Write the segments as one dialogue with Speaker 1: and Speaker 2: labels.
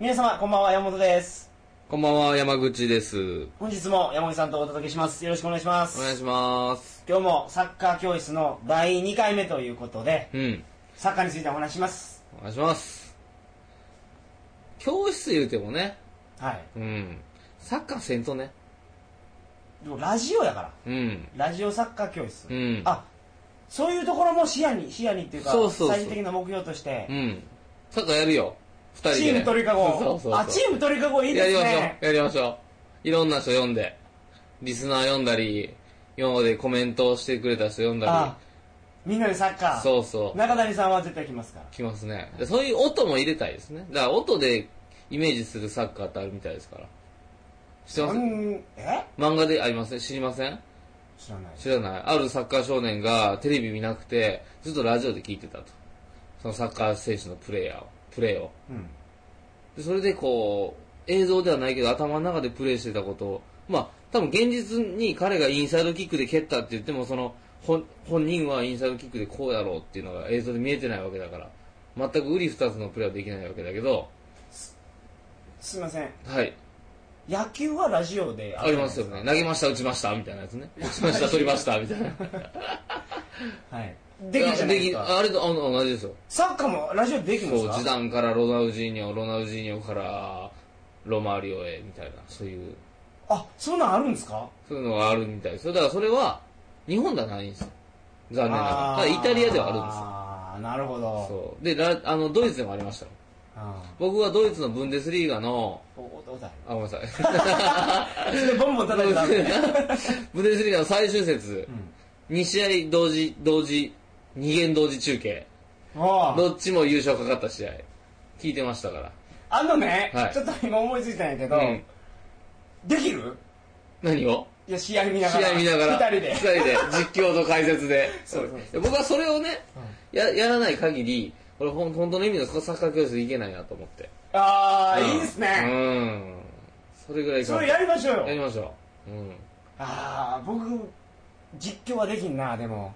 Speaker 1: 皆様、こんばんは、山本です。
Speaker 2: こんばんは、山口です。
Speaker 1: 本日も山口さんとお届けします。よろしくお願いします。
Speaker 2: お願いします。
Speaker 1: 今日もサッカー教室の第2回目ということで、
Speaker 2: うん。
Speaker 1: サッカーについてお話しします。
Speaker 2: お願いします。教室言うてもね、
Speaker 1: はい。
Speaker 2: うん。サッカーせんとね。
Speaker 1: でもラジオやから。
Speaker 2: うん。
Speaker 1: ラジオサッカー教室。
Speaker 2: うん
Speaker 1: あ、そういうところも視野に、視野にっていうか、
Speaker 2: そうそうそう
Speaker 1: 最終的な目標として
Speaker 2: う、ん。サッカーやるよ。二人で。
Speaker 1: チーム鳥かご。
Speaker 2: そうそうそう。
Speaker 1: あ、チーム鳥かごいいで
Speaker 2: やり
Speaker 1: す
Speaker 2: ましょ
Speaker 1: ね。
Speaker 2: う。やりましょう。いろんな人読んで。リスナー読んだり、今までコメントをしてくれた人読んだ
Speaker 1: あ、みんなでサッカ
Speaker 2: り。
Speaker 1: ー。
Speaker 2: そうそう。
Speaker 1: 中谷さんは絶対来ますから。
Speaker 2: きますね。でそういう音も入れたいですね。だから音でイメージするサッカーってあるみたいですから。知ってま
Speaker 1: う
Speaker 2: す
Speaker 1: ん、え
Speaker 2: 漫画でありません知りません
Speaker 1: 知らない。
Speaker 2: 知らないあるサッカー少年がテレビ見なくてずっとラジオで聞いてたとそのサッカー選手のプレーヤーをプレーを
Speaker 1: うん。
Speaker 2: でそれでこう映像ではないけど頭の中でプレーしてたことをまあ多分現実に彼がインサイドキックで蹴ったって言ってもその本本人はインサイドキックでこうやろうっていうのが映像で見えてないわけだから全く瓜二つのプレーはできないわけだけど
Speaker 1: すいません。
Speaker 2: はい
Speaker 1: 野球はラジオで
Speaker 2: ありますよ。ね投げました打ちましたみたいなやつね打ちました取りましたみたいな
Speaker 1: はい。できるじゃないです
Speaker 2: い
Speaker 1: か。
Speaker 2: やできあれとあの同じですよ
Speaker 1: サッカーもラジオでできるんです
Speaker 2: そう、
Speaker 1: か
Speaker 2: ジダンからロナウジーニョ、ロナウジーニョからロマリオへみたいな、そういう、
Speaker 1: あ、そんなんあるんですか
Speaker 2: そういうのがあるみたいですよ。だからそれは、日本ではないんですよ。残念ながら。
Speaker 1: あ
Speaker 2: ただ
Speaker 1: ー
Speaker 2: イタリアではあるんですよ。
Speaker 1: あーなるほど。
Speaker 2: そう。で、ラあの、ドイツでもありましたよ。
Speaker 1: あ
Speaker 2: 僕はドイツのブンデスリーガの、
Speaker 1: ーおおおだい
Speaker 2: あ、ごめんなさい。
Speaker 1: それボンボン叩いてたんで。
Speaker 2: ブンデスリーガの最終節、2試合同時、同時、2限同時中継。
Speaker 1: あー
Speaker 2: どっちも優勝かかった試合。聞いてましたから。
Speaker 1: あのね、
Speaker 2: はい
Speaker 1: ちょっと今思いついたんやけど、
Speaker 2: うん
Speaker 1: できる
Speaker 2: 何を
Speaker 1: いや、試合見ながら。
Speaker 2: 試合見ながら、
Speaker 1: 二人で
Speaker 2: 二。人で実況と解説で。
Speaker 1: そうそう
Speaker 2: 僕は それをね、ややらない限り、これほん本当の意味のサッカー教室いけないなと思って。
Speaker 1: ああ、
Speaker 2: うん
Speaker 1: いいですね。
Speaker 2: うん。それぐらいか
Speaker 1: それやりましょう
Speaker 2: やり
Speaker 1: よ。
Speaker 2: ましょう。うん。
Speaker 1: ああ、僕、実況はできんな、でも。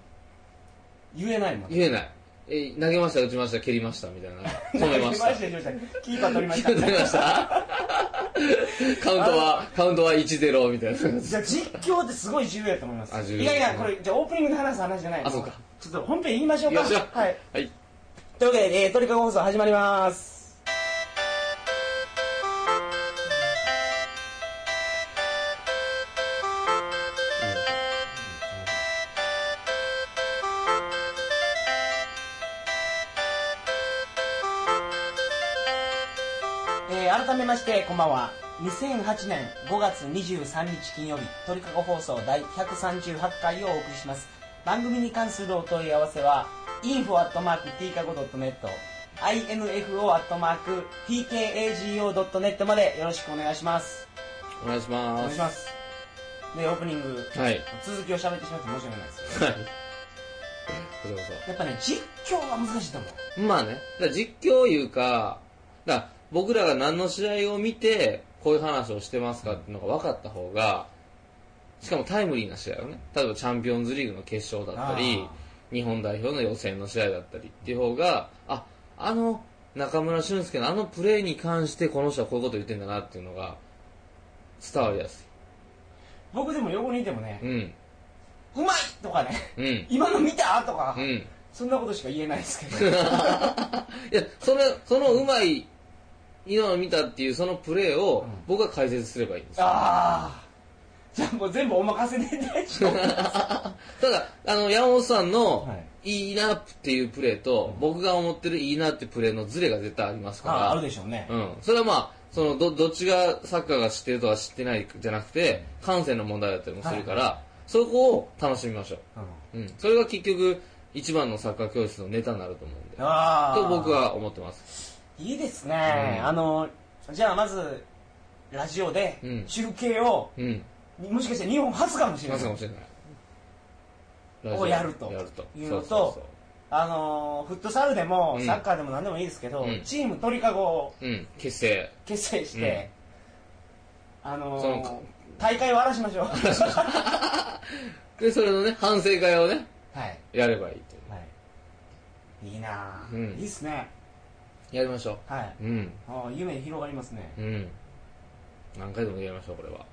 Speaker 1: 言えないもん。
Speaker 2: 言えない。え、投げました、打ちました、蹴りました、みたいな。止め ました。
Speaker 1: 決めましたキーパー取りまし
Speaker 2: 止め
Speaker 1: た。
Speaker 2: ました。カウントは、カウントは1-0みたいな。
Speaker 1: じゃあ実況ってすごい重要やと思います
Speaker 2: あ。重要
Speaker 1: いやいや、これ、じゃあオープニングで話す話じゃない
Speaker 2: あそうか。
Speaker 1: ちょっと本編言いましょう
Speaker 2: 行
Speaker 1: か。
Speaker 2: きましょう。
Speaker 1: はい。
Speaker 2: はい。
Speaker 1: というわけで、えー、トリカゴ放送始まります。えー改めまして、こんばんは。2008年5月23日金曜日、鳥かご放送第138回をお送りします。番組に関するお問い合わせは、info.tkago.net、info.tkago.net までよろしくお願いします。
Speaker 2: お願いし
Speaker 1: お
Speaker 2: ま
Speaker 1: 願いし
Speaker 2: す。
Speaker 1: ます。で、オープニング、
Speaker 2: はい。
Speaker 1: 続きを喋ってしまって申し訳ないです。
Speaker 2: はい。こちらこそ。
Speaker 1: やっぱね、実況は難しいと思う。
Speaker 2: まあね、だから実況いうか、だから僕らが何の試合を見て、こういう話をしてますかっていうのが分かった方が、しかもタイムリーな試合をね、例えばチャンピオンズリーグの決勝だったり
Speaker 1: あ、
Speaker 2: 日本代表の予選の試合だったりっていう方が、あ、あの中村俊輔のあのプレーに関してこの人はこういうこと言ってんだなっていうのが伝わりやす
Speaker 1: 僕でも横にいてもね
Speaker 2: い。、うん。
Speaker 1: うまいとかね、
Speaker 2: うん。
Speaker 1: 今の見たとか
Speaker 2: う、ん。
Speaker 1: そんなことしか言えないですけ ど。
Speaker 2: いや、それ、そのうまい、今の見たっていうそのプレーを僕が解説すればいいんですよ
Speaker 1: ああ。じゃあもう全部お任せで大丈夫。
Speaker 2: ただ、あの、山本さんの
Speaker 1: は、
Speaker 2: いいなっていうプレーと、僕が思ってるいいなってプレーのズレが絶対ありますから、
Speaker 1: あ あるでしょうね。
Speaker 2: うん。それはまあ、その、ど、どっちがサッカーが知ってるとは知ってないじゃなくて、感性の問題だったりもするから、そこを楽しみましょ
Speaker 1: うん
Speaker 2: う。うん。それが結局、一番のサッカー教室のネタになると思うんで、
Speaker 1: ああ。
Speaker 2: と僕。は思ってます。
Speaker 1: いいですね。あの、じゃあまず、ラジオで
Speaker 2: う、ん
Speaker 1: 中継を、
Speaker 2: うん。
Speaker 1: もしかして日本初かもしれ
Speaker 2: ま
Speaker 1: な
Speaker 2: さかも
Speaker 1: い。
Speaker 2: しれない。
Speaker 1: をやると
Speaker 2: やると。
Speaker 1: いうのと
Speaker 2: そうそう
Speaker 1: あの、フットサルでも
Speaker 2: う、ん
Speaker 1: サッカーでも何でもいいですけど
Speaker 2: う、ん
Speaker 1: チーム鳥かごを
Speaker 2: そううん。結成。
Speaker 1: 結成して、あ
Speaker 2: そ
Speaker 1: の
Speaker 2: の、
Speaker 1: 大会を荒らしましょう。は
Speaker 2: で、それのね、反省会をね、
Speaker 1: い。
Speaker 2: やればいいという。
Speaker 1: はい。いいなぁ、
Speaker 2: うん
Speaker 1: いいっすね。
Speaker 2: やりましょ
Speaker 1: はい。
Speaker 2: う。うん。
Speaker 1: ああ、夢広がりますね。
Speaker 2: うん。何回でもやりましょう、これは。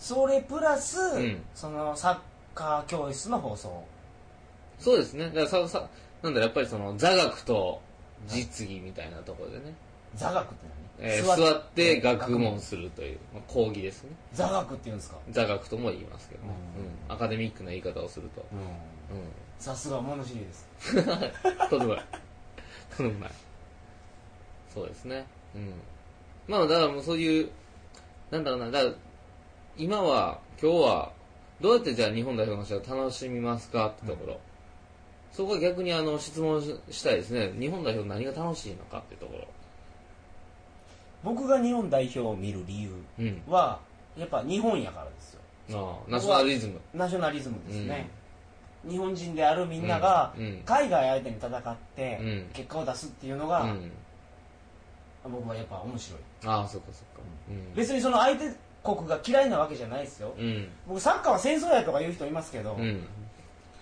Speaker 1: それプラス、
Speaker 2: ん
Speaker 1: そのサッカー教室の放送。
Speaker 2: そうですね。だからさ、さ、なんだ、やっぱりその、座学と実技みたいなところでね、
Speaker 1: 座学って何、
Speaker 2: えー座って学問するという、まあ講義ですね。
Speaker 1: 座学って言うんですか、
Speaker 2: 座学とも言いますけどね。
Speaker 1: う
Speaker 2: うんん。アカデミックな言い方をすると。うん。
Speaker 1: さすが物知りです。
Speaker 2: とんでもない。とんでもない。そうですね。うん。まあ、だからもうそういう、なんだろうな、だから今は、今日は、どうやってじゃあ日本代表の試合を楽しみますかってところ。そこは逆にあの質問ししたいですね。日本代表何が楽しいのかってところ。
Speaker 1: 僕が日本代表を見る理由
Speaker 2: うん。
Speaker 1: は、やっぱ日本やからですよ。
Speaker 2: ああ、ナショナリズム。
Speaker 1: ナショナリズムですね。日本人であるみんなが
Speaker 2: うんうん、
Speaker 1: 海外相手に戦って
Speaker 2: うん、
Speaker 1: 結果を出すっていうの
Speaker 2: う
Speaker 1: が、
Speaker 2: ん。
Speaker 1: 僕はやっぱ面白い。
Speaker 2: ああ、そっかそっか。うん。
Speaker 1: 別にその相手国が嫌いなわけじゃないですよ。
Speaker 2: うん。
Speaker 1: 僕サッカーは戦争やとか言う人いますけど、
Speaker 2: うん。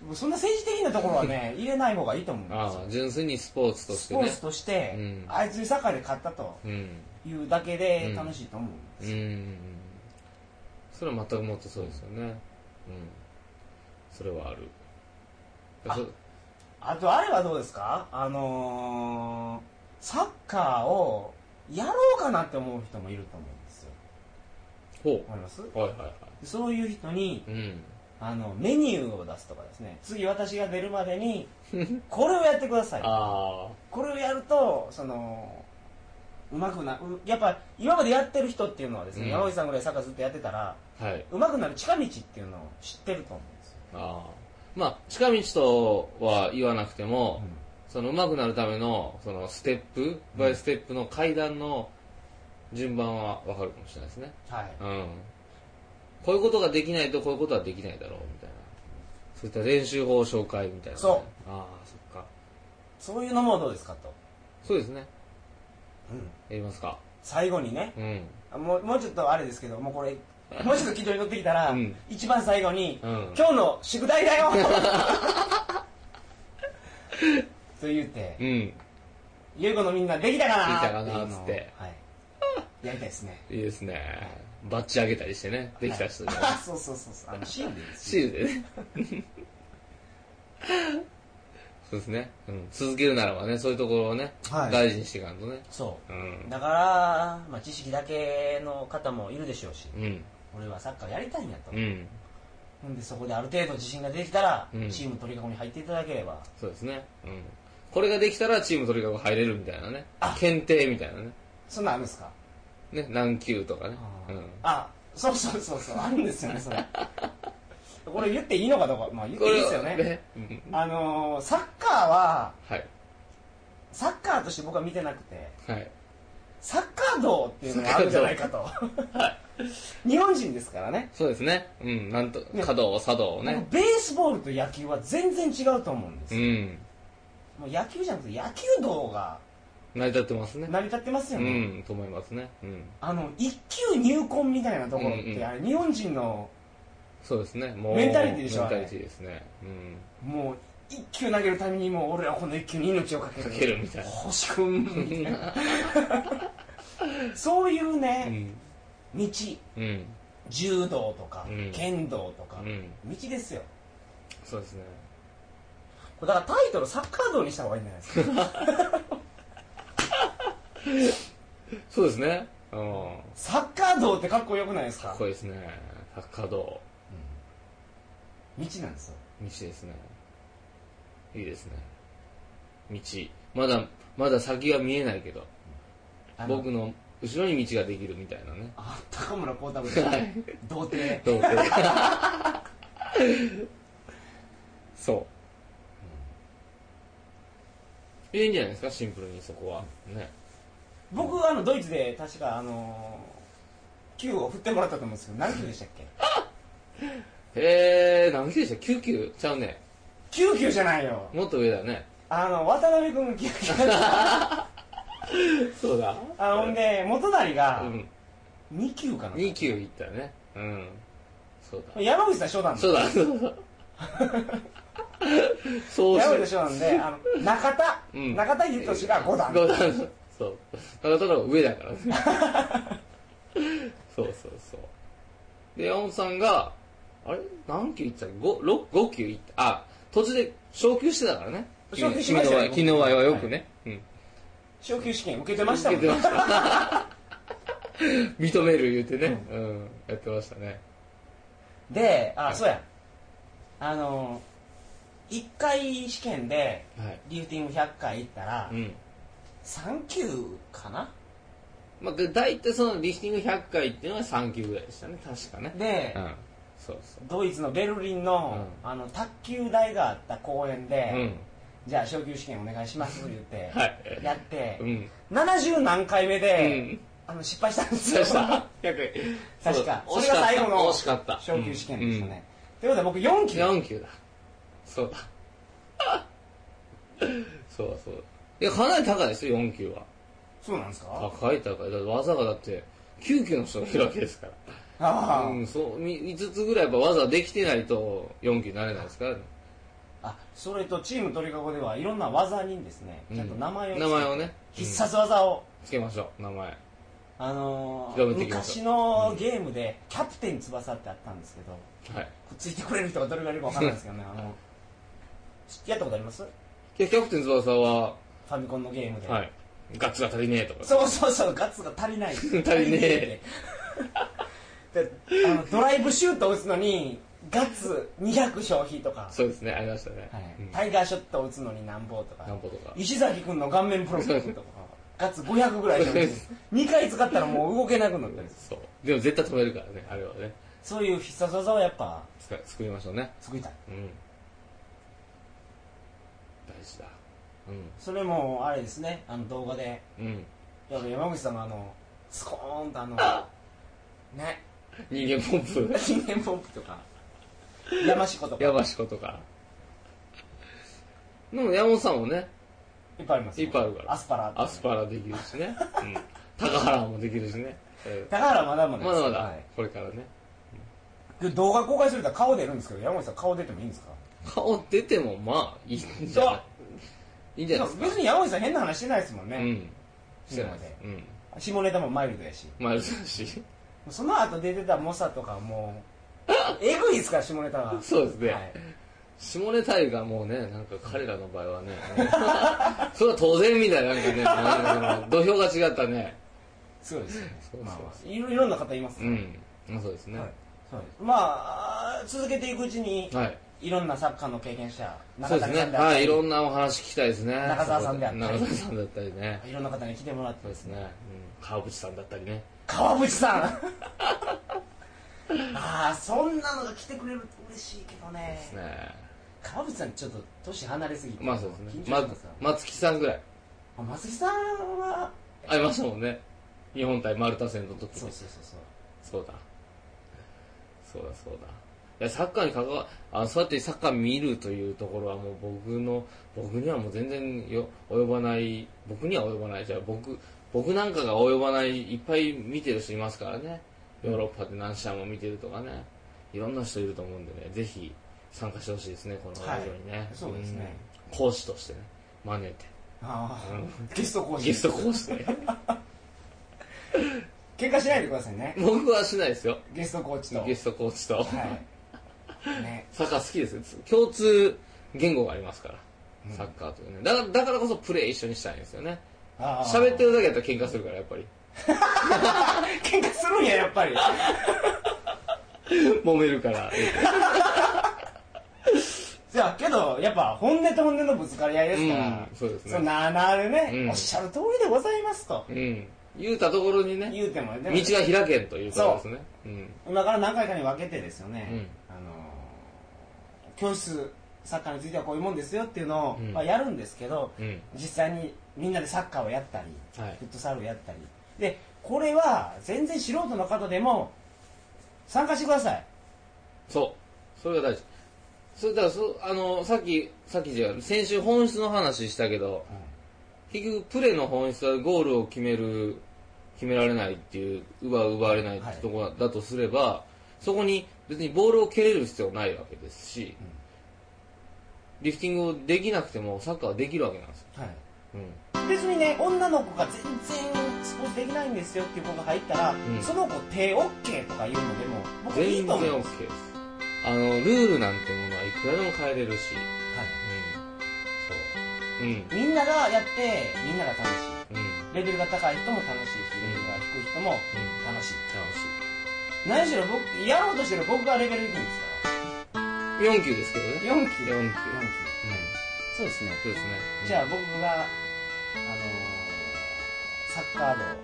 Speaker 1: 僕そんな政治的なところは ね、入れない方がいいと思うんです
Speaker 2: あ
Speaker 1: よ
Speaker 2: あ、純粋にスポーツとし
Speaker 1: ス
Speaker 2: て
Speaker 1: ポー
Speaker 2: ね
Speaker 1: ツ。として、
Speaker 2: うん
Speaker 1: あいつにサッカーで勝ったと
Speaker 2: うん。
Speaker 1: いうだけで楽しいと思うん
Speaker 2: う
Speaker 1: ですよ、
Speaker 2: んそれは全くもってそうですよねうんそれはある
Speaker 1: あ
Speaker 2: そ
Speaker 1: あとあれはどうですかあのー、サッカーをやろうかなって思う人もいると思うんですよ
Speaker 2: ほ
Speaker 1: 思います
Speaker 2: うはいはいは
Speaker 1: そういう人に
Speaker 2: いうん
Speaker 1: あのメニューを出すとかですね次私が出るまで にこれをやってください
Speaker 2: あ
Speaker 1: これをやるとそのうまくなうやっぱ今までやってる人っていうのはですね、
Speaker 2: うん
Speaker 1: 山口さんぐらいサッカーずっとやってたら
Speaker 2: あはい
Speaker 1: 上手くなる近道っていうのを知ってると思うんですよ、
Speaker 2: ああまあ近道とは言わなくても、その上手くなるためのそのステップバイステップの階段の順番は分かるかもしれないですね
Speaker 1: はい
Speaker 2: うんこういうことができないとこういうことはできないだろうみたいなそういった練習法紹介みたいなね、
Speaker 1: そう
Speaker 2: ああそっか
Speaker 1: そういうのもどうですかと、
Speaker 2: そうですね
Speaker 1: うん
Speaker 2: やりますか
Speaker 1: 最後にね
Speaker 2: うん
Speaker 1: もうもうちょっとあれですけどもう これもうちょっと軌道に乗ってきたら、
Speaker 2: うん
Speaker 1: 一番最後に、
Speaker 2: うん
Speaker 1: 今日の宿題 だよと言って
Speaker 2: うんい
Speaker 1: ゆうこのみんなできたかな
Speaker 2: できたか
Speaker 1: っ
Speaker 2: な
Speaker 1: ていうのを
Speaker 2: つって
Speaker 1: はい、やりたいですね
Speaker 2: いですねバッチ上げたりしてねできた人に
Speaker 1: はい そうそうそうそうあのシーンでいいです
Speaker 2: シールでね そうですね、うん、続けるならばねそういうところをね、
Speaker 1: はい
Speaker 2: 大事にしていかんとね
Speaker 1: そううんだから、まあ、知識だけの方もいるでしょうし
Speaker 2: うん
Speaker 1: 俺はサッカーやりたいんやと、
Speaker 2: うん
Speaker 1: ほんでそこである程度自信ができたら、
Speaker 2: うん
Speaker 1: チーム取り囲みに入っていただければ
Speaker 2: そうですねうんこれができたらチームとにかく入れるみたいなね
Speaker 1: あ
Speaker 2: 検定みたいなね
Speaker 1: そんなんあるんですか
Speaker 2: ね何級とかねうん
Speaker 1: あそうそうそうそうあるんですよねそ れこれ言っていいのかどうかまあ言っていいですよね
Speaker 2: これはうん
Speaker 1: あのー、サッカーは
Speaker 2: はい
Speaker 1: サッカーとして僕は見てなくて
Speaker 2: はい
Speaker 1: サッカー道っていうのがあるんじゃないかと日本人ですからね
Speaker 2: そうですねうんなんと
Speaker 1: ね
Speaker 2: 稼働作動をね
Speaker 1: 僕ベースボールと野球は全然違うと思うんです
Speaker 2: う
Speaker 1: よ、
Speaker 2: ん
Speaker 1: もう野球じゃなくて野球道が
Speaker 2: 成り立ってますね
Speaker 1: 成り立ってますよ
Speaker 2: う
Speaker 1: ね、
Speaker 2: んと思いますねうん
Speaker 1: あの一級入魂みたいなところって、
Speaker 2: うんうん
Speaker 1: あれ日本人の
Speaker 2: そうですねもう
Speaker 1: メンタリティでしょ
Speaker 2: メン
Speaker 1: あれ
Speaker 2: タリティですねうん
Speaker 1: もう一球投げるためにもう俺はこの一球に命をかける
Speaker 2: かけるみたいな
Speaker 1: 星君みたいな そういう
Speaker 2: う
Speaker 1: ね、
Speaker 2: ん
Speaker 1: 道
Speaker 2: うん
Speaker 1: 柔道とか、
Speaker 2: うん
Speaker 1: 剣道とか、
Speaker 2: うん
Speaker 1: 道ですよ
Speaker 2: そうですね
Speaker 1: これだからタイトルサッカー道にした方がいいんじゃないですか
Speaker 2: そうですねうん
Speaker 1: サッカー道ってかっこよくないですか
Speaker 2: かっこいいですね稼働
Speaker 1: 道なんですよ
Speaker 2: 道ですねいいですね道まだまだ先が見えないけど
Speaker 1: あの
Speaker 2: 僕の後ろに道ができるみたいなね
Speaker 1: あ高村光太郎さん童貞
Speaker 2: どうぞそういいんじゃないですかシンプルにそこはね
Speaker 1: 僕あのドイツで確かあのー、球を振ってもらったと思うんですけど何球でしたっけ
Speaker 2: へえ何球でした救急ちゃうね
Speaker 1: 9球じゃないよ
Speaker 2: もっと上だよね
Speaker 1: あの渡辺君が9球
Speaker 2: そうだ
Speaker 1: あほんで元成が
Speaker 2: うん
Speaker 1: 2球かな
Speaker 2: 2球いったよねうんそうだ
Speaker 1: 山口さん初段だ
Speaker 2: そうだそうだそう
Speaker 1: ヤ
Speaker 2: し
Speaker 1: ブル賞なんで、あの、中田、
Speaker 2: うん
Speaker 1: 中田秀俊が5段。
Speaker 2: そうそう高田の方が上だ からねそうそうそうで山本さんがあれ何球いったっけ 5, 5球いったあ途中で昇級してたからね
Speaker 1: 昇級しましたよ
Speaker 2: 君の場合はよくね、うん
Speaker 1: 昇級試験受けてましたもん
Speaker 2: 受け
Speaker 1: ね
Speaker 2: て。ました 認める言うてね、うん、やってましたね
Speaker 1: で、
Speaker 2: は
Speaker 1: あ、
Speaker 2: い
Speaker 1: そうや。あの、1回試験で、
Speaker 2: はい
Speaker 1: リフティング100回行ったら
Speaker 2: う、ん
Speaker 1: 3級かな
Speaker 2: まあ、で大体そのリフティング100回っていうのが3級ぐらいでしたね確かね
Speaker 1: で、
Speaker 2: うんそうそう
Speaker 1: ドイツのベルリンの,、あの卓球台があった公園で、
Speaker 2: うん
Speaker 1: じゃあ昇級試験お願いしますって言って、
Speaker 2: はい
Speaker 1: やって、
Speaker 2: うん
Speaker 1: 70何回目
Speaker 2: う
Speaker 1: で
Speaker 2: ん、
Speaker 1: あの失敗したんです
Speaker 2: そう
Speaker 1: よ
Speaker 2: でした100回
Speaker 1: 確か
Speaker 2: そう
Speaker 1: それが最後の
Speaker 2: 惜しかった
Speaker 1: 昇級試験でしたね、ということで僕4級
Speaker 2: 4級だそうだ そうだそうだいやかなり高いですよ4級は
Speaker 1: そうなんですか
Speaker 2: 高い高いだって技がだって9級の人がいるわけですから
Speaker 1: ああ、
Speaker 2: うん、そうみ5つぐらいやっぱ技できてないと4級になれないですからね
Speaker 1: あそれとチーム鳥かごではいろんな技にですねちゃんと名前をつけ
Speaker 2: 名
Speaker 1: て、
Speaker 2: 前をね
Speaker 1: 必殺技を、
Speaker 2: つけましょう名前
Speaker 1: あのー
Speaker 2: 広めていきまし
Speaker 1: 昔のゲームで「キャプテン翼」ってあったんですけど、
Speaker 2: はい
Speaker 1: くっついてくれる人がどれぐらいいるかわかんないですけどねあのやったことありますフ
Speaker 2: いやキャプテン翼は、
Speaker 1: ァミコンのゲームで、
Speaker 2: はい、ガッツが足りねえとか
Speaker 1: そうそうそうガッツが足り ない足
Speaker 2: りねえ
Speaker 1: であのドライブシュートを打つのにガッツ200消費とか、
Speaker 2: そうですねありましたね、
Speaker 1: はい
Speaker 2: うん
Speaker 1: タイガーショットを打つのになんぼとか
Speaker 2: なんぼとか
Speaker 1: 石崎君の顔面ブロックとかガッツ500ぐらい2回使ったらもう動けなくなったりする
Speaker 2: そうでも絶対止めるからねあれはね
Speaker 1: そういう必殺技をやっぱ
Speaker 2: 使い作りましょうね
Speaker 1: 作りたい
Speaker 2: うん大事だ
Speaker 1: それもあれですねあの動画で
Speaker 2: うんうん
Speaker 1: やっぱ山口さんがあのスコーンとあのね
Speaker 2: 人間ポンプ
Speaker 1: 人間ポンプとか山しことかい
Speaker 2: やばしことかでも山本さんもね
Speaker 1: っぱいありますよ
Speaker 2: いっぱいあるから
Speaker 1: アスパラとか
Speaker 2: アスパラできるしね、うん、高原もできるしね、え
Speaker 1: 高原まだま
Speaker 2: ー
Speaker 1: だ
Speaker 2: ま
Speaker 1: です
Speaker 2: だまだ、
Speaker 1: はい
Speaker 2: これからね
Speaker 1: で動画公開すると顔出るんですけど山口さん顔出てもいいんですか
Speaker 2: 顔出てもまあいいんじゃないいいんじゃないですか
Speaker 1: 別に山口さん変な話してないですもん
Speaker 2: う
Speaker 1: ね、
Speaker 2: んしてないですうん
Speaker 1: 下ネタもマイルドやし
Speaker 2: まあそうだし
Speaker 1: その後出てた猛者とかも うえぐいですから下ネタは
Speaker 2: そうですね
Speaker 1: はい
Speaker 2: 下ネタがもうねなんか彼らの場合はね それは当然みたいななんかねなんか土俵が違ったね
Speaker 1: そうですよね
Speaker 2: そうそう
Speaker 1: まあまあいろいろんな方います
Speaker 2: う
Speaker 1: ね
Speaker 2: んまあそうですね
Speaker 1: はいそうですまあ続けていくうちに
Speaker 2: はい
Speaker 1: いろんなサッカーの経験者
Speaker 2: そう
Speaker 1: 中
Speaker 2: です
Speaker 1: 谷さん
Speaker 2: ね
Speaker 1: であった
Speaker 2: は
Speaker 1: り
Speaker 2: いいろんなお話聞きたいですね
Speaker 1: 中澤さんであったり
Speaker 2: 中澤さんだったりね
Speaker 1: いろんな方に来てもらって
Speaker 2: そうですね、うん、川淵さんだったりね
Speaker 1: 川淵さ んああそんなのが来てくれると嬉しいけどね
Speaker 2: ですね
Speaker 1: 川淵さんちょっと年離れすぎて
Speaker 2: まあそうですね
Speaker 1: 緊張し
Speaker 2: ま
Speaker 1: ますか、
Speaker 2: 松木さんぐらい
Speaker 1: あ松木さんは
Speaker 2: ありましたもんね日本対マルタ戦の時
Speaker 1: そう
Speaker 2: に
Speaker 1: そうそうそう
Speaker 2: そうだ。そうだそうだ。いや、サッカーに関わ、あそうやってサッカー見るというところはもう僕の、僕にはもう全然よ及ばない、僕には及ばないじゃあ僕、僕なんかが及ばない、いっぱい見てる人いますからね。ヨーロッパで何試合も見てるとかね。いろんな人いると思うんでね、ぜひ参加してほしいですね、このラジオにね。
Speaker 1: はいそうですね
Speaker 2: うん。講師としてね、招いて。
Speaker 1: ああゲスト講師
Speaker 2: ゲスト講師で。
Speaker 1: 喧嘩しないでくださいね
Speaker 2: 僕はしないですよ。
Speaker 1: ゲストコーチと
Speaker 2: ゲスト講師
Speaker 1: は
Speaker 2: と。
Speaker 1: いね
Speaker 2: サッカー好きですよ共通言語がありますから、サッカーというねだからだからこそプレー一緒にしたいんですよね
Speaker 1: ああ
Speaker 2: 喋ってるだけだったら喧嘩するからやっ ぱり
Speaker 1: 喧嘩するんややっぱり
Speaker 2: 揉める から
Speaker 1: じゃあけどやっぱ本音と本音のぶつかり合いですから、
Speaker 2: うんそうですね
Speaker 1: のなあなあでね、
Speaker 2: うん
Speaker 1: おっしゃる通りでございますと
Speaker 2: うん言うたところにね
Speaker 1: 言うてもねで
Speaker 2: 道
Speaker 1: も
Speaker 2: が開けんということですねうん
Speaker 1: 今から何回かに分けてですよね、
Speaker 2: うん
Speaker 1: あのー教室サッカーについてはこういうもんですよっていうのを、
Speaker 2: うん
Speaker 1: まあ、やるんですけど、
Speaker 2: うん
Speaker 1: 実際にみんなでサッカーをやったり、
Speaker 2: はい
Speaker 1: フットサルをやったりでこれは全然素人の方でも参加してください
Speaker 2: そうそれが大事それだからそあのさっきさっきじゃ先週本質の話したけど結局プレーの本質はゴールを決める決められないっていう奪う奪われないってところだとすれば、そこに別にボールを蹴れる必要ないわけですし、リフティングをできなくてもサッカーはできるわけなんですよ、
Speaker 1: はい
Speaker 2: うん、
Speaker 1: 別にね女の子が全然スポーツできないんですよっていう子が入ったら、
Speaker 2: ん
Speaker 1: その子手 OK とか言うのでも僕いい
Speaker 2: 全
Speaker 1: と
Speaker 2: 然
Speaker 1: 思うん
Speaker 2: OK
Speaker 1: です
Speaker 2: で
Speaker 1: す
Speaker 2: あのルールなんてものはいくらでも変えれるし、うん、そううん
Speaker 1: はい、みんながやってみんなが楽し
Speaker 2: うんうん
Speaker 1: いレベルが高い人も楽しいしレベルが低い人も楽しい何しろ僕やろうとしてる僕がレベル低いんです
Speaker 2: 楽しい4級ですけどね
Speaker 1: から4
Speaker 2: 4
Speaker 1: 期
Speaker 2: 級
Speaker 1: 4
Speaker 2: う
Speaker 1: 期
Speaker 2: ん
Speaker 1: そうですね
Speaker 2: そうですね
Speaker 1: じゃあ
Speaker 2: うん
Speaker 1: 僕があのーサッカー道
Speaker 2: はい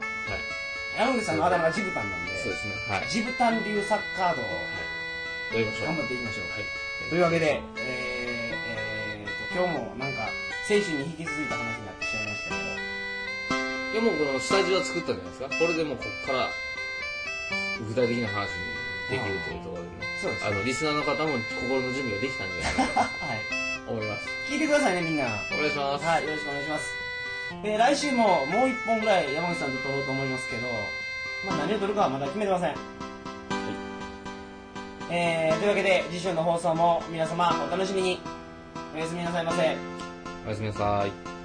Speaker 1: 山口さんのあだ名がジブタンなんで
Speaker 2: そうですねはい
Speaker 1: ジブタン流サッカー道を
Speaker 2: やりましょう
Speaker 1: 頑張っていきましょう、
Speaker 2: はい
Speaker 1: というわけで、えーえーと今日もなんか精神に引き続いた話になってしまいましたけ
Speaker 2: いやもうこの下地は作ったんじゃないですかこれでもうこっから具体的な話にできるというところでね
Speaker 1: どそうです
Speaker 2: あ
Speaker 1: ね
Speaker 2: のリスナーの方も心の準備ができたんじゃないか
Speaker 1: は
Speaker 2: な
Speaker 1: い
Speaker 2: と思います
Speaker 1: 聞いてくださいねみんな
Speaker 2: お願いします
Speaker 1: はいよろしくお願いしますえー来週ももう一本ぐらい山口さんと撮ろうと思いますけど、まあ、何を撮るかはまだ決めてません、えーというわけで次週の放送も皆様お楽しみにおやすみなさいませ
Speaker 2: おやすみなさい